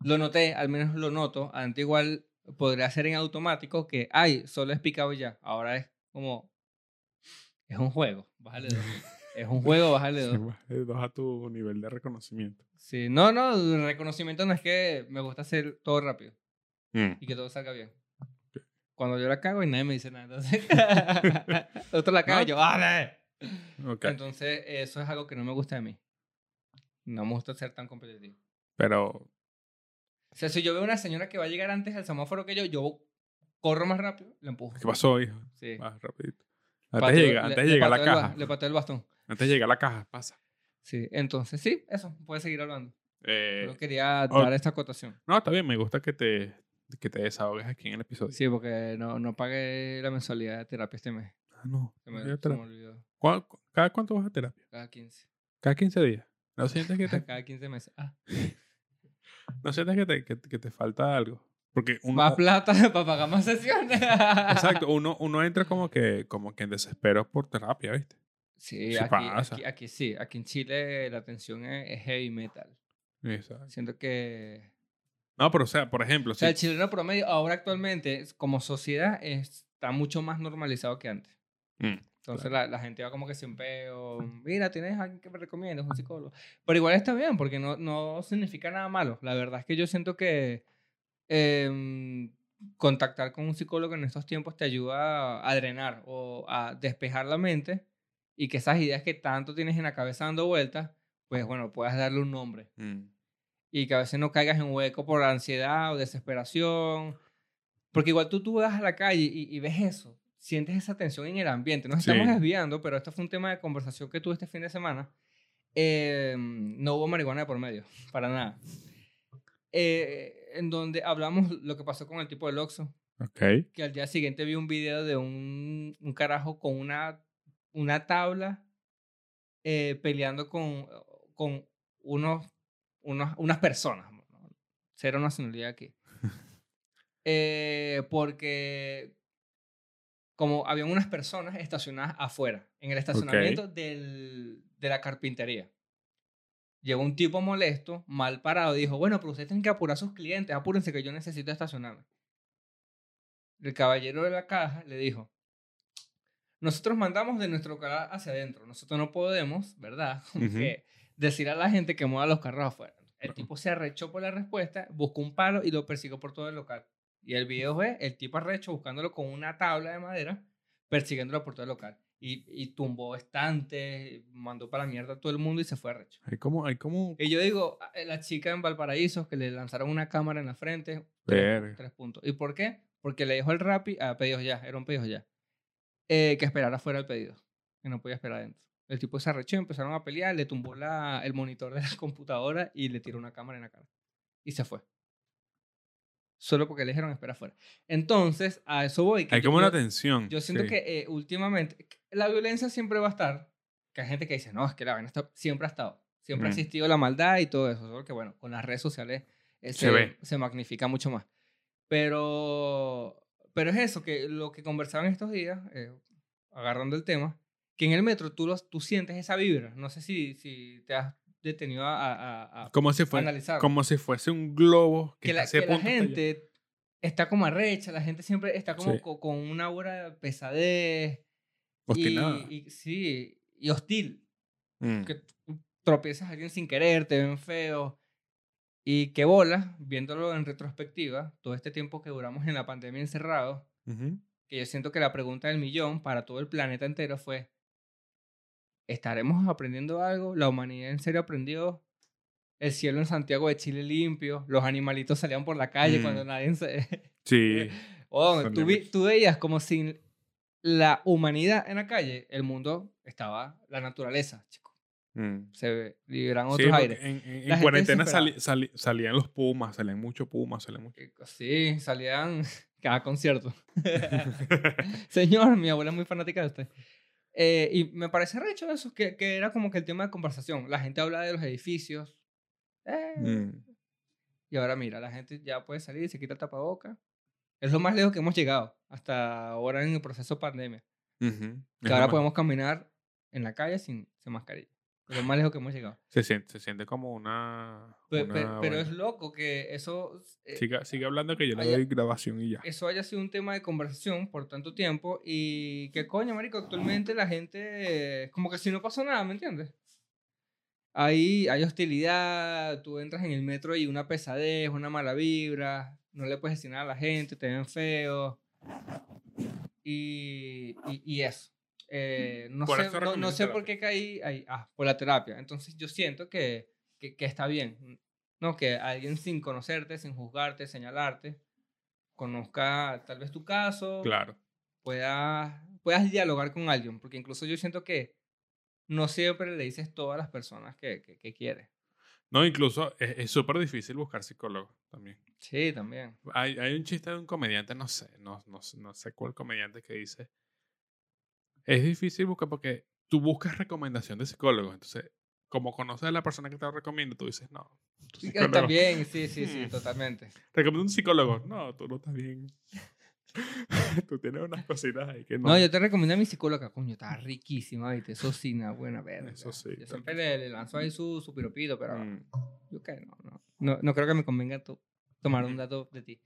lo noté, al menos lo noto. Antes igual podría ser en automático que, ay, solo es picado y ya. Ahora es como, es un juego, bájale [laughs] dos. Es un juego, bájale Sí, dos. va, eh, baja tu nivel de reconocimiento. Sí, no, no, el reconocimiento no es que me gusta hacer todo rápido Mm. y que todo salga bien. Cuando yo la cago y nadie me dice nada, [laughs] entonces... [laughs] Otro la caga y yo, ¡vale! Ok. Entonces eso es algo que no me gusta de mí. No me gusta ser tan competitivo. Pero. O sea, si yo veo una señora que va a llegar antes al semáforo que yo, yo corro más rápido, la empujo. ¿Qué pasó, hijo? Sí. Más rapidito. Pateo- Antes de llegar, le- antes de le llegar a la pateo el ba- caja. Le pateo el bastón. Antes de llegar a la caja, pasa. Sí, entonces sí, eso, puedes seguir hablando. Eh, Solo quería oh. dar esta acotación. No, está bien, me gusta que te, que te desahogues aquí en el episodio. Sí, porque no, no pagué la mensualidad de terapia este mes. Ah, no. Se me, yo se te me la- olvidó. ¿Cuál- cu- ¿Cada cuánto vas a terapia? Cada 15. Cada 15 días. ¿No sientes que [laughs] te, Cada 15 meses. Ah, no sientes que te, que- que te falta algo? Porque uno, más plata [laughs] para pagar más sesiones. Exacto, uno, uno entra como que, como que en desespero por terapia, ¿viste? [laughs] Sí, Se aquí, pasa. aquí, aquí sí. Aquí en Chile la atención es, es heavy metal. Exacto. Siento que... No, pero o sea, por ejemplo, O sea, si- el chileno promedio ahora actualmente es- como sociedad está mucho más normalizado que antes. Mm, Entonces la, la gente va como que sin peo. Mira, tienes alguien que me recomiendas, un psicólogo. Pero igual está bien, porque no, no significa nada malo. La verdad es que yo siento que em, contactar con un psicólogo en estos tiempos te ayuda a, a drenar o a despejar la mente y que esas ideas que tanto tienes en la cabeza dando vueltas, pues bueno, puedas darle un nombre Mm. y que a veces no caigas en hueco por ansiedad o desesperación. Porque igual tú, tú vas a la calle y, y ves eso, sientes esa tensión en el ambiente. Nos Sí. estamos desviando, pero esto fue un tema de conversación que tuve este fin de semana. Eh, no hubo marihuana de por medio, [laughs] para nada. Eh, en donde hablamos lo que pasó con el tipo del Oxxo, Ok. que al día siguiente vi un video de un, un carajo con una, una tabla eh, peleando con, con unos, unos, unas personas. ¿no? Cero nacionalidad aquí. Eh, porque como habían unas personas estacionadas afuera, en el estacionamiento del- de la carpintería. Llegó un tipo molesto, mal parado, y dijo, bueno, pero ustedes tienen que apurar a sus clientes, apúrense que yo necesito estacionarme el caballero de la caja le dijo, nosotros mandamos de nuestro carro hacia adentro, nosotros no podemos, ¿verdad? Como Ujú. que decir a la gente que mueva los carros afuera. El Ujú. tipo se arrechó por la respuesta, buscó un palo y lo persiguió por todo el local. Y el video es el tipo arrecho buscándolo con una tabla de madera, persiguiéndolo por todo el local. Y, y tumbó estantes, mandó para la mierda a todo el mundo y se fue arrecho. Hay como, hay como, Y yo digo, a- la chica en Valparaíso que le lanzaron una cámara en la frente, Verga. tres, tres puntos. ¿Y por qué? Porque le dijo el Rappi a pedidos ya, era un pedidos ya, eh, que esperara fuera el pedido, que no podía esperar adentro. El tipo se arrechó, empezaron a pelear, le tumbó la, el monitor de la [laughs] computadora y le tiró una cámara en la cara. Y se fue. Solo porque le dijeron espera afuera. Entonces, a eso voy. que hay yo- como una yo- tensión. yo siento sí. que eh, últimamente que la violencia siempre va a estar. Que hay gente que dice, no, es que la vaina está- siempre ha estado. Siempre ha Ujú. existido la maldad y todo eso. Solo que bueno, con las redes sociales eh, se, Se ve. se magnifica mucho más. Pero, pero es eso, que lo que conversaban estos días, eh, agarrando el tema, que en el metro tú, los, tú sientes esa vibra. No sé si, si te has detenido a, a- a- a Como si, fue- analizar como si fuese un globo que, que la, hace que la punto hasta allá. gente está como arrecha, la gente siempre está como Sí. co- con una aura de pesadez. Obstinada. Y, y- sí, y hostil. Mm. Que tú tropiezas a alguien sin querer, te ven feo. Y que bolas, viéndolo en retrospectiva, todo este tiempo que duramos en la pandemia encerrados, Ujú. que yo siento que la pregunta del millón para todo el planeta entero fue, ¿estaremos aprendiendo algo? ¿La humanidad en serio aprendió? El cielo en Santiago de Chile limpio, los animalitos salían por la calle Mm. cuando nadie se... Sí. Oh, Son tú, vi- libres. tú veías como sin la humanidad en la calle, el mundo estaba, la naturaleza, chico. Mm. Se liberan Sí, otros porque aires. En, en- en La gente cuarentena sali- desesperada. sali- salían los pumas, salían mucho pumas, salían mucho. Eh, Sí, salían [laughs] cada [laughs] concierto. [laughs] Señor, mi abuela es muy fanática de usted. Eh, y me parece recho eso, que, que era como que el tema de conversación. La gente habla de los edificios. Eh, Mm. Y ahora mira, la gente ya puede salir, se quita el tapaboca. Es lo más lejos que hemos llegado hasta ahora en el proceso pandemia. Ujú. Que Es ahora normal. podemos caminar en la calle sin, sin mascarilla. Es lo más lejos que hemos llegado. Se siente, se siente como una. Pe- pe- una Pero, vaina. es loco que eso, eh, Siga, sigue hablando que yo le allá- doy grabación y ya. eso haya sido un tema de conversación por tanto tiempo y que coño, marico, actualmente la gente eh, como que si no pasó nada, ¿me entiendes? Ahí hay hostilidad, tú entras en el metro y una pesadez, una mala vibra, no le puedes decir nada a la gente, te ven feo y, y, y eso. Eh, no, Por sé, eso no, no recomiendas sé por terapia. qué caí ahí, ah, por la terapia. Entonces yo siento que, que, que está bien, ¿no? Que alguien sin conocerte, sin juzgarte, señalarte, conozca tal vez tu caso, Claro. puedas, puedas dialogar con alguien, porque incluso yo siento que no siempre le dices todas las personas que, que, que quieres. No, incluso es es súper difícil buscar psicólogo también. Sí, también. Hay, hay un chiste de un comediante, no sé, no, no, sé- no sé cuál comediante que dice Es difícil buscar porque tú buscas recomendación de psicólogos. Entonces, como conoces a la persona que te lo recomienda, tú dices, [laughs] no. tu Sí, psicólogo- También, sí, sí, sí, [laughs] Hmm. totalmente. Recomiendo un psicólogo. No, tú no estás bien. [laughs] tú tienes unas cositas ahí que no. No, yo te recomiendo a mi psicóloga, coño, está riquísima, ¿viste? Eso sí, una buena verga. Eso sí, Yo tal siempre le, le lanzo ahí su, su piropito, pero Mm, yo qué, no, no, no. No creo que me convenga to- tomar un Ujú. dato de ti.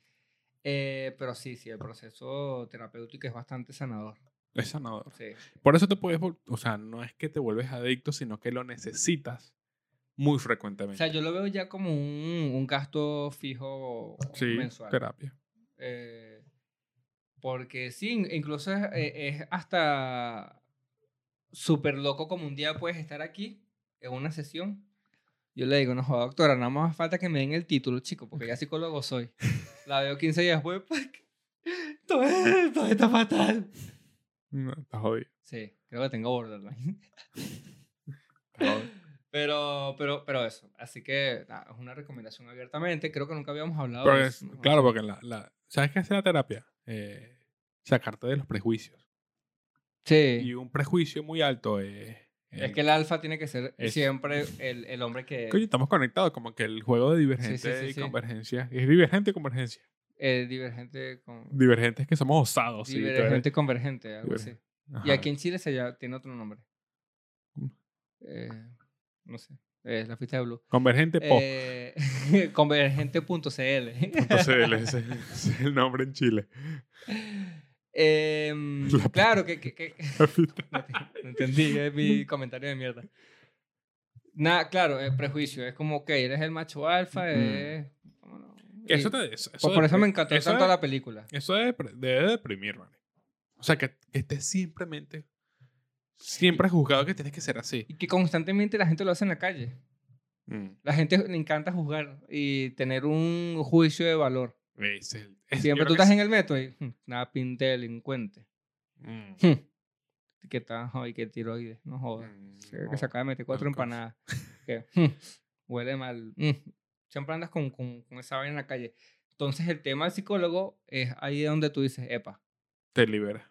Eh, pero sí, sí, el proceso terapéutico es bastante sanador. es sanador. Sí. Por eso te puedes, vol- o sea, no es que te vuelves adicto, sino que lo necesitas muy O frecuentemente. sea, yo lo veo ya como un, un gasto fijo sí, mensual. terapia. Eh, porque sí, in- incluso es, eh, es hasta súper loco como un día puedes estar aquí en una sesión. Yo le digo, no joda, doctora, nada más falta que me den el título, chico, porque ya psicólogo soy. La veo 15 días después, ¡pac! todo, es- todo está fatal. No, estás jodido. Sí, creo que tengo borderline. estás jodido. Pero, pero, pero eso. Así que nada, es una recomendación abiertamente. Creo que nunca habíamos hablado Pero de es- eso. ¿no? Pues, claro, porque la, la- ¿sabes qué hace la terapia? Eh, sacarte de los prejuicios. Y Sí. un prejuicio muy alto es... Es que el alfa tiene que ser es- siempre el, el hombre que... Coño, estamos conectados, como que el juego de divergente sí, sí, y sí. convergencia. Es divergente y convergencia. Eh, divergente con... Divergente es que somos osados. sí, tú eres- Divergente convergente, algo así. Divergente. Y Ajá. aquí en Chile se llama- tiene otro nombre. ¿Cómo? Eh, no sé. Eh, la fiesta de Blue. Convergente pop. Eh, [laughs] Convergente.cl. Entonces, él es, es el nombre en Chile. [laughs] [laughs] Em, La- claro que... que- que- [laughs] no, te- no entendí, es [laughs] mi comentario de mierda. Nada, claro, el prejuicio. Es como, ok, eres el macho alfa, Mm. eres... ¿cómo no? Que eso Y- te- eso- eso pues por eso me depre- encantó eso tanto de- la película. Eso debe, debe deprimir, man. O sea, que, que estés simplemente... Siempre juzgado que tienes que ser así. Y que constantemente la gente lo hace en la calle. Mm. La gente le encanta juzgar y tener un juicio de valor. Es el- [laughs] es- Siempre yo tú creo estás que en el metro y "Hmm, nada pinta de delincuente. [laughs] es- Hmm, Que está hoy que tiroides, no Mm, jodas. mm, Se ve no. Que se acaba de meter cuatro Tal cosa. empanadas. Que, "Hmm, huele mal. Mm". Siempre andas con, con- con esa vaina en la calle. Entonces el tema del psicólogo es ahí donde tú dices, epa, Te libera.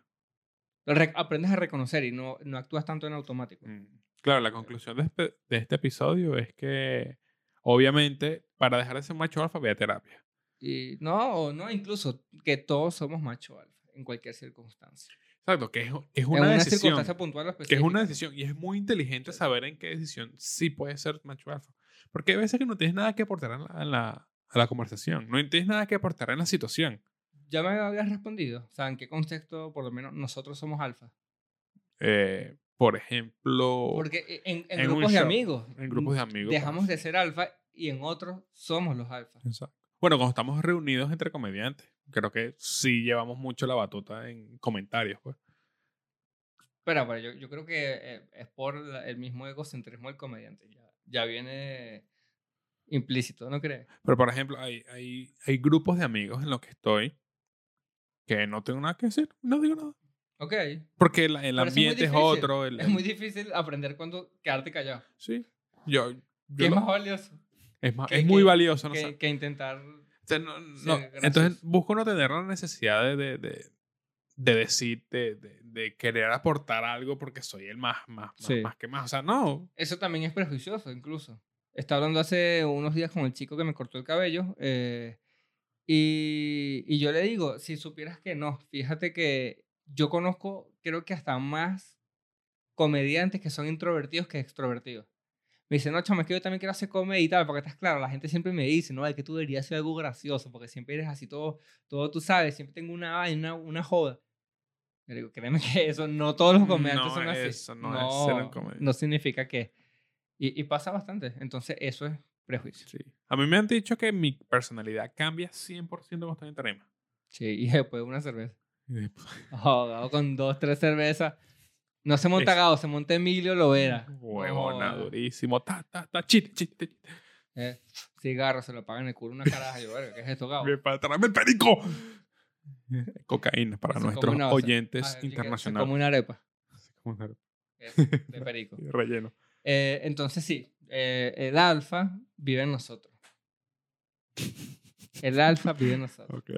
lo re- aprendes a reconocer y no, no actúas tanto en automático. Mm. Claro, la conclusión de este, de este episodio es que, obviamente, para dejar de ser macho alfa, ve a terapia. Y no, o no, incluso que todos somos macho alfa en cualquier circunstancia. Exacto, que es, es en una, una decisión. circunstancia puntual o Que es una específica. decisión. Y es muy inteligente saber en qué decisión sí puedes ser macho alfa. Porque hay veces que no tienes nada que aportar a la, a la- a la conversación. No tienes nada que aportar en la situación. Ya me habías respondido. O sea, ¿en qué contexto, por lo menos, nosotros somos alfa? Eh, por ejemplo, Porque e, en, en Oh, en un grupos de shop, amigos. en grupos de amigos. Mm. Dejamos de ser alfa y en otros somos los alfa. Exacto. Bueno, cuando estamos reunidos entre comediantes, creo que sí llevamos mucho la batuta en comentarios, pues. Pero, pero yo, yo creo que eh, es por la- el mismo egocentrismo del comediante. Ya, ya viene implícito, ¿no crees? Pero, por ejemplo, hay, hay, hay grupos de amigos en los que estoy que no tengo nada que decir, no digo nada. Ok. Porque la- el Pero eso es muy ambiente es, difícil. otro. el- Es el- muy difícil aprender cuando quedarte callado. Sí. Yo, yo ¿Qué es lo- más valioso es más- que- es muy que- valioso. no sé. que, que intentar... O sea, no- no, gracias. entonces, busco no tener la necesidad de, de, de- de decir, de, de- de querer aportar algo porque soy el más, más, más, Sí. más que más. O sea, no. Eso también es prejuicioso, incluso. Estaba hablando hace unos días con el chico que me cortó el cabello eh, y, y yo le digo, si supieras que no, fíjate que yo conozco, creo que hasta más comediantes que son introvertidos que extrovertidos. Me dice, no, chamo, es que yo también quiero hacer comedia y tal, porque estás claro, la gente siempre me dice, no, es que tú deberías hacer algo gracioso, porque siempre eres así todo, todo tú sabes, siempre tengo una vaina, una, una joda. Le digo, créeme que eso, no todos los comediantes Mm, No son así. es- no es ser un comediante. no significa que... Y, y pasa bastante, entonces eso es prejuicio. Sí. A mí me han dicho que mi personalidad cambia 100% cuando estoy en tarima. Sí, y después una cerveza. [laughs] Y después- Ahogado con dos, tres cervezas. No se monta Es- Gao, se monta Emilio Lovera. Huevona, Joda. durísimo. Ta, ta, ta, chiste, chiste, chiste. Eh, cigarro, se lo pagan en el culo una caraja. Yo, verga, ¿qué es esto, Gao? Me pa- tráeme el [laughs] perico. Cocaína para Se nuestros come una- se- Ah, yo oyentes que- se Como internacionales. una arepa Como una- eh, de [laughs] perico. Relleno. Eh, entonces sí, eh, el alfa vive en nosotros. El alfa vive en nosotros. Ok.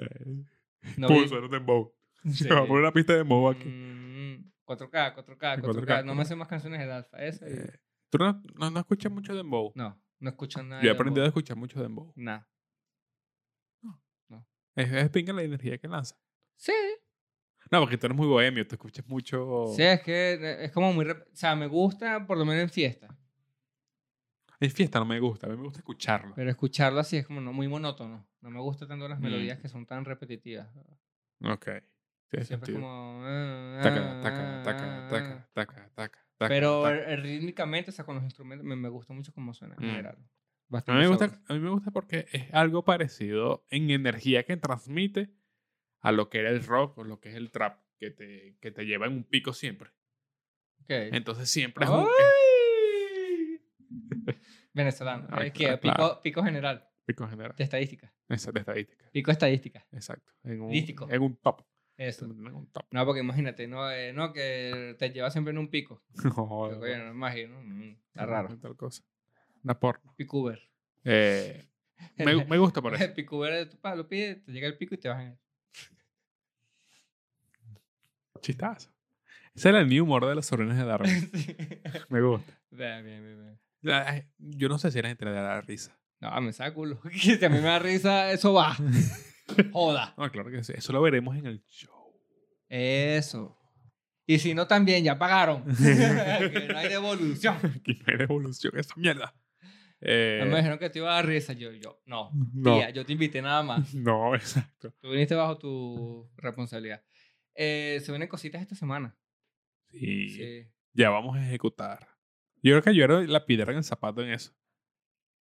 No Pulso, vive- era dembow. Sí. [laughs] Se va a poner una pista de dembow aquí. Mm, 4K, 4K, 4K. 4K, No me hacen más canciones del alfa. Esa y- Eh, ¿Tú no, no, no escuchas mucho Dembow? No, no escucho nada. Yo he de aprendido a Bob. escuchar mucho Dembow. Nada. Es, es pinga la energía que lanza. Sí. No, porque tú eres muy bohemio, te escuchas mucho... Sí, es que eh, es como muy... rep- O sea, me gusta por lo menos en fiesta. En fiesta no me gusta, a mí me gusta escucharlo. Pero escucharlo así es como no, muy monótono. No me gusta tanto las Mm. melodías que son tan repetitivas. Ok. Tiene Siempre es sentido. como... eh, "Ah". Taca, taca, taca, taca, taca, taca, taca, Pero taca. eh, rítmicamente, o sea, con los instrumentos, me, me gusta mucho cómo suena en Mm. general. A mí, Bastante me gusta, sabroso. a mí me gusta porque es algo parecido en energía que transmite a lo que era el rock o lo que es el trap, que te, que te lleva en un pico siempre. Ok. ¡Ah! Entonces siempre es un ¡Ay! [laughs] Venezolano. Ah, Es que claro. pico, pico general pico general. de estadística. Esa de estadística. Pico estadística. Exacto. En un, Lístico. en un top. Eso. En un top. [laughs] No, porque imagínate, no, eh, no que te lleva siempre en un pico. No, Yo, coño, no Pues me imagino. mm, Está raro. Tal cosa. Una porno. [laughs] Picuber. Eh, me, [laughs] me gusta por eso. El picuber de tu pa, lo pide, te llega el pico y te bajan. [laughs] Chistazo. Ese era el new humor de los sobrinos [laughs] de Darwin. Sí. Me gusta. Bien, bien, bien, bien. La- Yo no sé si era gente le da la risa. No, me saca culo. [laughs] Si a mí me da risa, eso [laughs] va. Joda. No, claro que sí. Eso lo veremos en el show. [laughs] Eso. Y si no, también ya pagaron. [laughs] que no hay [laughs] devolución. Aquí no hay devolución, esa mierda. Eh, No me dijeron que te iba a dar risa. Yo, yo, no. no, Tía, yo te invité nada más. no, [laughs] exacto. Tú viniste bajo tu responsabilidad. Eh, se vienen cositas esta semana. Sí, Sí. ya vamos a ejecutar. Yo creo que yo era la piedra en el zapato en eso.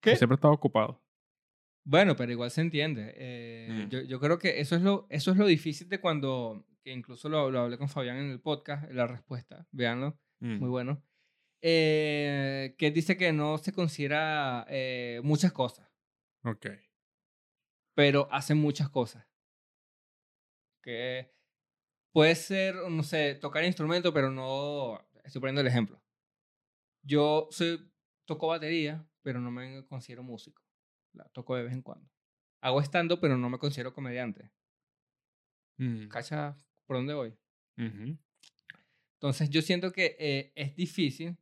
¿Qué? Yo siempre estaba ocupado. Bueno, pero igual se entiende. Eh, Mm. yo, yo creo que eso es lo, eso es lo difícil de cuando, que incluso lo, lo hablé con Fabián en el podcast, la respuesta, véanlo, Mm. muy bueno, eh, que dice que no se considera eh, muchas cosas, Ok. pero hace muchas cosas. Que puede ser, no sé, tocar instrumento, pero no, estoy poniendo el ejemplo. Yo soy, toco batería, pero no me considero músico. La toco de vez en cuando. Hago estando, pero no me considero comediante. Mm. ¿Cacha por dónde voy? Ujú. Entonces yo siento que eh, es difícil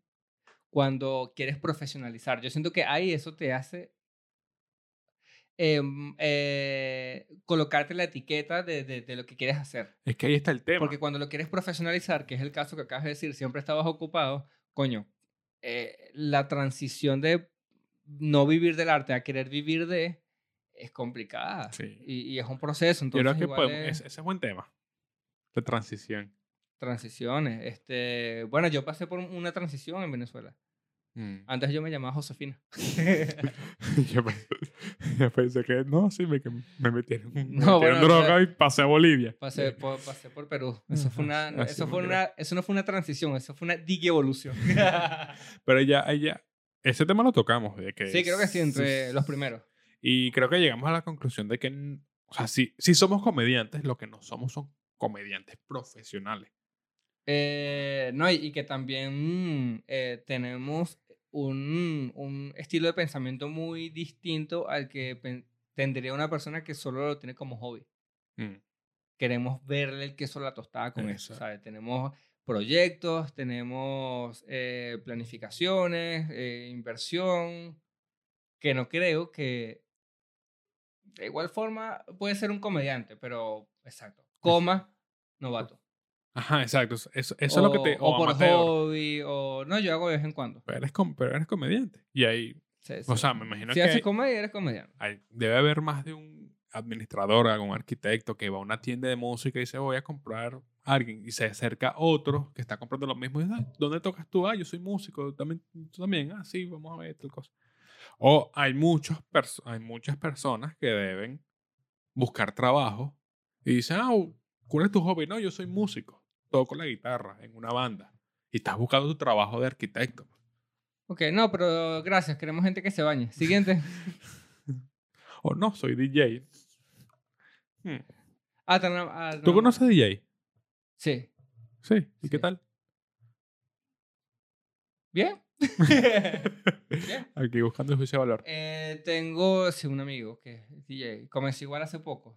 cuando quieres profesionalizar. Yo siento que ahí eso te hace em, eh, colocarte la etiqueta de, de- de lo que quieres hacer. Es que ahí está el tema. Porque cuando lo quieres profesionalizar, que es el caso que acabas de decir, siempre estabas ocupado, coño, eh, la transición de no vivir del arte a querer vivir de es complicada. Sí. Y, y es un proceso. yo Entonces, creo que igual podemos- es- ese, ese es buen tema. La transición. Transiciones. Este, bueno, yo pasé por un- una transición en Venezuela. Mm. Antes yo me llamaba [laughs] Josefina. yo, pensé, [laughs] yo pensé que no, sí, me, que me metieron, me No, metieron bueno, droga o y pasé a [laughs] Bolivia. Pasé por, pasé por Perú. Eso fue una, Ajá, así eso fue fue, una, eso no fue una transición, eso fue una digievolución. Pero ya, ahí ya, ese tema lo tocamos. De que sí, creo que sí, entre los primeros. Y creo que llegamos a la conclusión de que, n- o sea, sí, sí somos comediantes, lo que no somos son comediantes profesionales. Eh, no, y, y que también mm, eh, tenemos un, un estilo de pensamiento muy distinto al que pen- tendría una persona que solo lo tiene como hobby. Mm. queremos verle el queso a la tostada con eso. Exacto. ¿sabes? Tenemos proyectos, tenemos eh, planificaciones, eh, inversión, que no creo que... De igual forma, puede ser un comediante, pero exacto. Coma, novato. Ajá, exacto. Eso, eso es lo que te... O, por amateur. hobby, o... No, yo hago de vez en cuando. Pero eres, com- pero eres comediante. Y ahí, Sí, o sí. sea, me imagino si que haces hay- comedia, eres comediante. hay- debe haber más de un administrador, algún arquitecto que va a una tienda de música y dice, voy a comprar a alguien. Y se acerca otro que está comprando lo mismo y dice, "Ah, ¿dónde tocas tú? Ah, yo soy músico. También, tú también. Ah, sí, vamos a ver tal cosa. O hay, muchos perso- hay muchas personas que deben buscar trabajo y dicen, ah, ¿cuál es tu hobby? No, yo soy músico. Toco la guitarra en una banda. Y estás buscando tu trabajo de arquitecto. Ok, no, pero gracias, queremos gente que se bañe. [laughs] Siguiente. O no, soy DJ. Hmm. Ah, tan- ah, ¿Tú no. conoces DJ? Sí. Sí. ¿Y Sí. qué tal? [laughs] ¿Bien? Bien. Aquí buscando el juicio de valor. Eh, tengo sí, un amigo que es DJ. Comencé igual hace poco.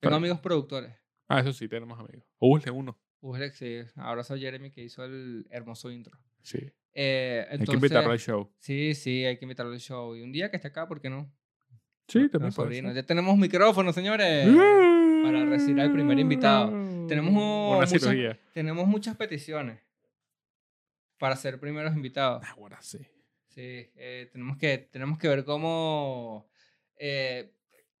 Tengo Claro. amigos productores. Ah, eso sí, tenemos amigos. O busque uno. Ujlex, sí. Abrazo a Jeremy que hizo el hermoso intro. Sí. Eh, Hay que entonces, invitarlo al show. Sí, sí, hay que invitarlo al show. Y un día que esté acá, ¿por qué no? Sí, Con también los puede sobrinos. ser. Ya tenemos micrófonos, señores. para recibir al primer invitado. Tenemos un- una muchas- cirugía. Tenemos muchas peticiones para ser primeros invitados. Ahora Ah, sí. Sí, eh, tenemos, que, tenemos que ver cómo eh,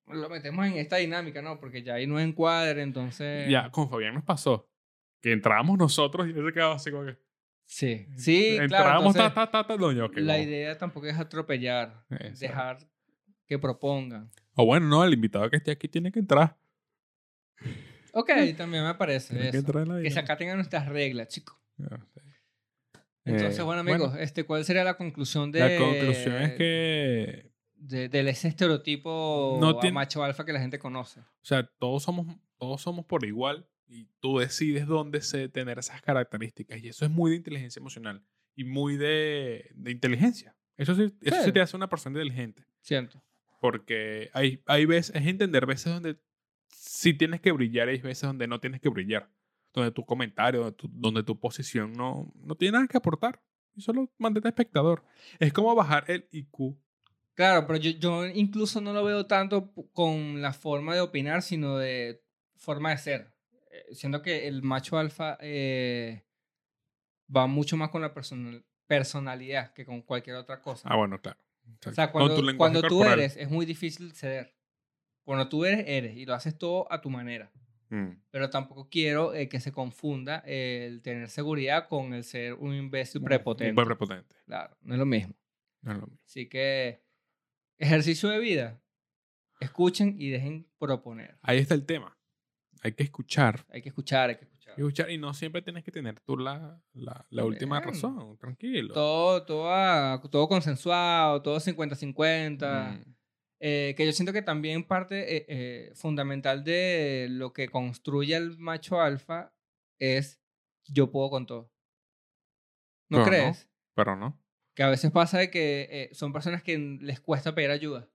lo metemos en esta dinámica, ¿no? Porque ya ahí no encuadre, entonces... Ya, con Fabián nos pasó. Que entrábamos nosotros y él se quedaba así como que. Sí, sí, claro. entrábamos, entonces, ta, ta, ta, ta, doño. ok, la bueno. idea tampoco es atropellar, Exacto. dejar que propongan. O bueno, no, el invitado que esté aquí tiene que entrar. Ok, también me parece Tiene eso. que entrar en la Que se dinámica. acaten a nuestras reglas, chicos. Ah, sí. Entonces, Eh, bueno, amigos, este, ¿cuál sería la conclusión de... la conclusión es que de, del ese estereotipo No tiene- macho alfa que la gente conoce. O sea, todos somos, todos somos por igual y tú decides dónde se tener esas características. Y eso es muy de inteligencia emocional y muy de, de inteligencia. Eso sí, eso sí Sí. te hace una persona inteligente. Siento. Porque hay, hay veces, es entender veces donde sí tienes que brillar y hay veces donde no tienes que brillar. Donde tu comentario, donde tu, donde tu posición no, no tiene nada que aportar. Y solo mantente espectador. Es como bajar el IQ. Claro, pero yo, yo incluso no lo veo tanto p- con la forma de opinar, sino de forma de ser. Eh, Siento que el macho alfa eh, va mucho más con la personal- personalidad que con cualquier otra cosa. Ah, bueno, claro. o sea, Con tu cuando, lenguaje cuando tú corporal. eres, es muy difícil ceder. Cuando tú eres, eres y lo haces todo a tu manera. Mm. Pero tampoco quiero eh, que se confunda el tener seguridad con el ser un imbécil prepotente. Muy prepotente. Claro, no es lo mismo. No es lo mismo. Así que ejercicio de vida. Escuchen y dejen proponer. Ahí está el tema. Hay que escuchar. Hay que escuchar, hay que escuchar. Hay que escuchar y no siempre tienes que tener tú la, la, la última Bien. razón. Tranquilo. Todo, todo, a- todo consensuado, todo 50-50. Mm. Eh, que yo siento que también parte eh, eh, fundamental de lo que construye el macho alfa es yo puedo con todo. ¿No Pero no. crees? Pero no. Que a veces pasa de que eh, son personas que les cuesta pedir ayuda,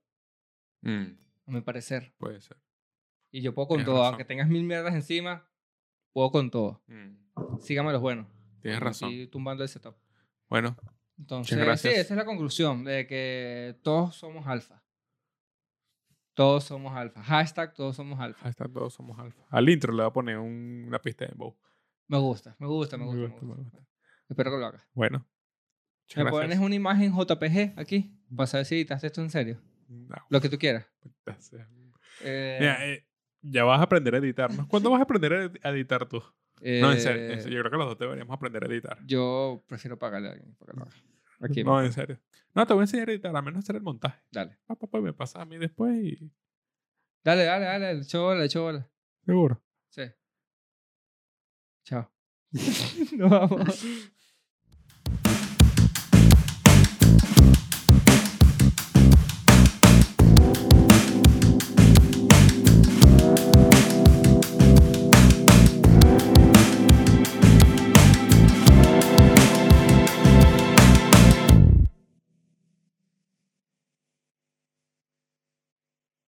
Mm, a mi parecer. Puede ser. Y yo puedo con Tienes todo. razón. Aunque tengas mil mierdas encima, puedo con todo. Mm. Sígame los buenos. Tienes razón. Y tumbando el setup. Bueno, Entonces, sí, gracias. esa es la conclusión de que todos somos alfa. Todos somos alfa. Hashtag todos somos alfa. hasta todos somos alfa. Al intro le voy a poner un- una pista de bow. Me gusta, me gusta, me gusta. me gusta. Espero que lo hagas. Bueno. Muchas Me pones gracias. una imagen JPG aquí para saber si editaste esto en serio. No, Lo que tú quieras. maldita sea. Eh, Mira, eh, ya vas a aprender a editar. ¿no? ¿Cuándo vas a aprender a edi- a editar tú? No, en serio, en eh, serio, Yo creo que los dos deberíamos aprender a editar. Yo prefiero pagarle a alguien para que lo haga. Aquí, no, en serio. No, te voy a enseñar a editar, a menos hacer el montaje. dale. Ah, papá, me pasa a mí después y. Dale, dale, dale. el Chola, el chola. Seguro. [laughs] Sí. Chao. Nos vamos.